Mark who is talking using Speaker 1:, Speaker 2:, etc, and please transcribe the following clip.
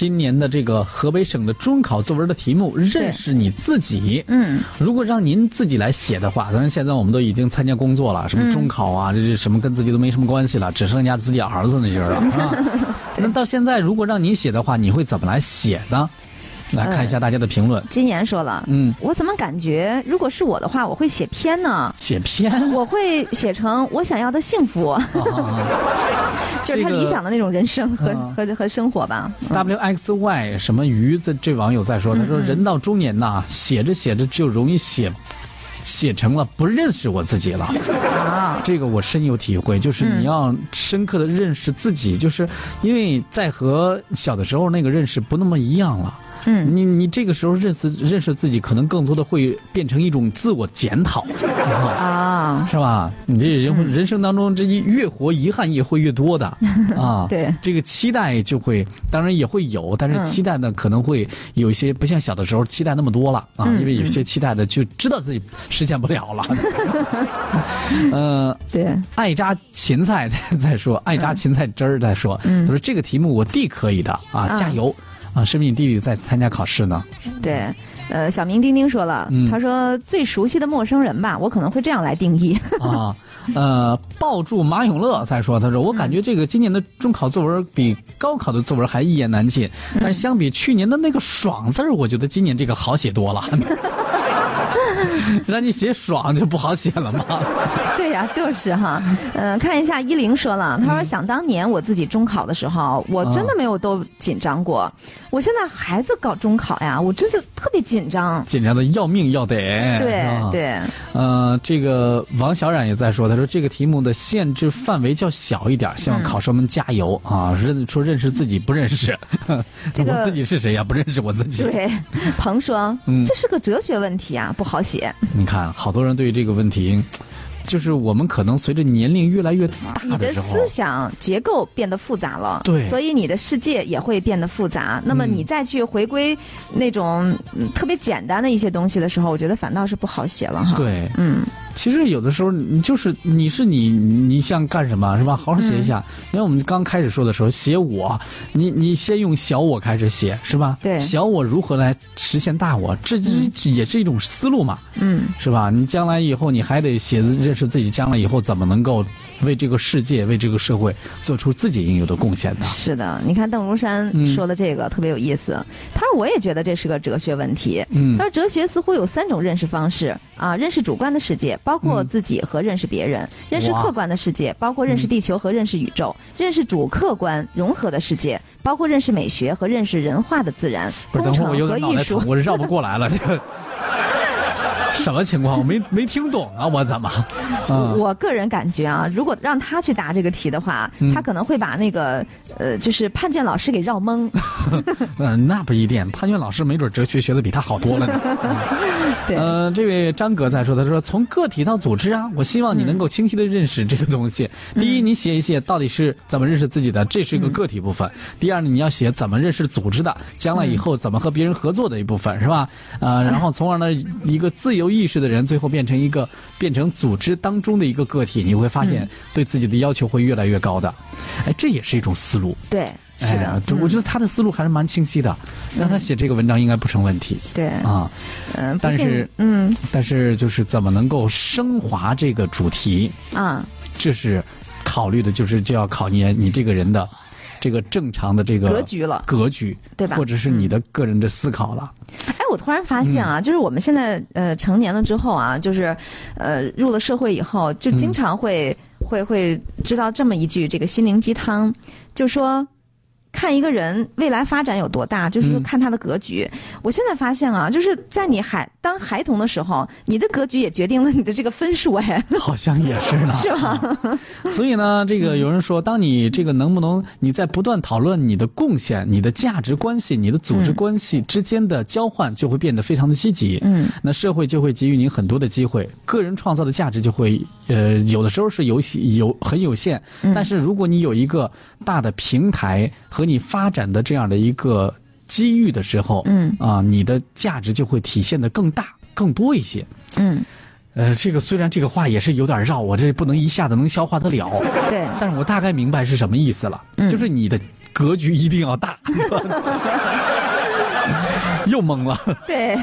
Speaker 1: 今年的这个河北省的中考作文的题目“认识你自己”。
Speaker 2: 嗯，
Speaker 1: 如果让您自己来写的话，当然现在我们都已经参加工作了，什么中考啊，这这什么跟自己都没什么关系了，只剩下自己儿子那些了啊。那到现在，如果让您写的话，你会怎么来写呢？来看一下大家的评论。
Speaker 2: 金岩说了，
Speaker 1: 嗯，
Speaker 2: 我怎么感觉如果是我的话，我会写 偏呢？
Speaker 1: 写偏，
Speaker 2: 我会写成我想要的幸福， 就是他
Speaker 1: 啊这个
Speaker 2: 理想的那种人生和、
Speaker 1: 嗯
Speaker 2: 和和生活吧。
Speaker 1: W X Y 什么鱼这这网友在说，
Speaker 2: 嗯
Speaker 1: 他说人到中年呐，写着写着就容易写。写成了不认识我自己了，
Speaker 2: 啊，嗯
Speaker 1: 这个我深有体会。就是你要深刻的认识自己，就是因为在和小的时候那个认识不那么一样了。
Speaker 2: 嗯，
Speaker 1: 你你这个时候认识认识自己，可能更多的会变成一种自我检讨，
Speaker 2: 啊，
Speaker 1: 是吧？你这人、
Speaker 2: 嗯
Speaker 1: 人生当中，这一越活遗憾也会越多 的啊。
Speaker 2: 对
Speaker 1: 这个期待就会，当然也会有，但是
Speaker 2: 嗯
Speaker 1: 期待呢，可能会有一些不像小的时候期待那么多了啊，
Speaker 2: 嗯
Speaker 1: 因为有些期待的就知道自己实现不了了。
Speaker 2: 嗯
Speaker 1: 呃，
Speaker 2: 对，
Speaker 1: 爱扎芹菜在说，
Speaker 2: 嗯
Speaker 1: 爱扎芹菜汁儿在说，他说这个题目我弟可以的啊，
Speaker 2: 啊
Speaker 1: 加油啊！是不是你弟弟在参加考试呢？
Speaker 2: 对，呃，小明丁丁说了，
Speaker 1: 嗯
Speaker 2: 他说最熟悉的陌生人吧，我可能会这样来定 义。
Speaker 1: 啊，呃，抱住马永乐再说，他说我感觉这个今年的中考作文比高考的作文还一言难尽，但是相比去年的那个“爽”字儿，我觉得今年这个好写多了。 让你写爽就不好写了吗？
Speaker 2: 对呀、就是哈，嗯、看一下依林说
Speaker 1: 嗯
Speaker 2: 了，他说想当年我自己中考的时候，我
Speaker 1: 啊
Speaker 2: 真的没有都紧张过，我现在孩子搞中考呀，我真是特别紧张。
Speaker 1: 紧张的要命要得。
Speaker 2: 对、
Speaker 1: 啊。
Speaker 2: 对，
Speaker 1: 呃，这个王小冉也在说，他说这个题目的限制范围较小一点，希
Speaker 2: 嗯
Speaker 1: 望考生们加油、啊！认说认识自己不认识，
Speaker 2: 这个
Speaker 1: 我自己是谁呀、不认识我自己。
Speaker 2: 对，彭说、
Speaker 1: 嗯
Speaker 2: 这是个哲学问题啊，不好写。
Speaker 1: 你看，好多人对于这个问题，就是我们可能随着年龄越来越
Speaker 2: 你
Speaker 1: 大
Speaker 2: 的
Speaker 1: 时候，
Speaker 2: 思想结构变得复杂了，
Speaker 1: 对
Speaker 2: 所以你的世界也会变得复杂。那么
Speaker 1: 嗯
Speaker 2: 你再去回归那种、嗯特别简单的一些东西的时候，我觉得反倒是不好写了哈。，
Speaker 1: 对，
Speaker 2: 嗯，
Speaker 1: 其实有的时候你就是你是你，你想干什么是吧？好好写一下。
Speaker 2: 嗯
Speaker 1: 因为我们刚开始说的时候，写我，你你先用小我开始写是吧？
Speaker 2: 对
Speaker 1: 小我如何来实现大我，这这这也是一种思路嘛。
Speaker 2: 嗯，
Speaker 1: 是吧？你将来以后，你还得写认识自己，将来以后怎么能够为这个世界、为这个社会做出自己应有的贡献呢？
Speaker 2: 是的。你看邓如山
Speaker 1: 啊嗯
Speaker 2: 说的这个、特别有意思，他说我也觉得这是个哲学问题。
Speaker 1: 嗯
Speaker 2: 他说哲学似乎有三种认识方式啊，认识主观的世界，包括自己和认识别人；认
Speaker 1: 嗯
Speaker 2: 识
Speaker 1: 哇
Speaker 2: 客观的世界，包括认识地球和认识宇宙；认识主客观融合的世界，包括认识美学和认识人化的自然、
Speaker 1: 不是，
Speaker 2: 工
Speaker 1: 等会儿
Speaker 2: 程
Speaker 1: 我有
Speaker 2: 和
Speaker 1: 点脑
Speaker 2: 艺
Speaker 1: 袋
Speaker 2: 术
Speaker 1: 疼，。我绕不过来了。这 个什么情况？我没没听懂啊！我怎么？嗯，
Speaker 2: 我个人感觉啊，如果让他去答这个题的话，
Speaker 1: 嗯
Speaker 2: 他可能会把那个呃，就是判卷老师给绕懵。
Speaker 1: 呃，那不一定。潘娟老师没准哲学学的比他好多了呢。
Speaker 2: 对，
Speaker 1: 呃，这位张哥在说，他说从个体到组织啊，我希望你能
Speaker 2: 嗯
Speaker 1: 够清晰的认识这个东西。第一，你写一写到底是怎么认识自己的，这是一个
Speaker 2: 嗯
Speaker 1: 个体部分；第二，你要写怎么认识组织的，将
Speaker 2: 嗯
Speaker 1: 来以后怎么和别人合作的一部分，是吧？呃，然后从而呢，一个自由意识的人，最后变成一个变成组织当中的一个个体，你会发现
Speaker 2: 嗯
Speaker 1: 对自己的要求会越来越高的。哎，这也是一种思路。
Speaker 2: 对，是
Speaker 1: 哎呀
Speaker 2: 的，嗯
Speaker 1: 这我觉得他的思路还是蛮清晰的，让他写这个文章应该不成问题
Speaker 2: 对，
Speaker 1: 啊。
Speaker 2: 嗯，不
Speaker 1: 但
Speaker 2: 信
Speaker 1: 是
Speaker 2: 嗯
Speaker 1: 但是就是怎么能够升华这个主题，
Speaker 2: 啊，
Speaker 1: 这是考虑的，就是就要考验你这个人的这个正常的这个
Speaker 2: 格局了。
Speaker 1: 格局，
Speaker 2: 对吧
Speaker 1: 或者是你的个人的思考 了。
Speaker 2: 哎，我突然发现啊，就是我们现在呃成年了之后啊，就是呃入了社会以后，就经常会、会会知道这么一句这个心灵鸡汤，就说。看一个人未来发展有多大，就是
Speaker 1: 嗯
Speaker 2: 看他的格局。我现在发现啊，就是在你孩当孩童的时候，你的格局也决定了你的这个分数，哎，
Speaker 1: 好像也是呢，
Speaker 2: 是吧？
Speaker 1: 所以呢，这个有人说，当你这个能不能你在不断讨论你的贡献、你的价值关系、你的组织关系之间的交换，就会变得非常的积极。
Speaker 2: 嗯，
Speaker 1: 那社会就会给予您很多的机会，个人创造的价值就会，呃，有的时候是有喜有很有限，
Speaker 2: 嗯
Speaker 1: 但是如果你有一个大的平台和你发展的这样的一个机遇的时候，
Speaker 2: 嗯
Speaker 1: 啊、你的价值就会体现的更大、更多一些。
Speaker 2: 嗯，
Speaker 1: 呃，这个虽然这个话也是有点绕，我这不能一下子能消化得了，
Speaker 2: 对，
Speaker 1: 但是我大概明白是什么意思了，就是你的 格局一定要大。又懵了。
Speaker 2: 对。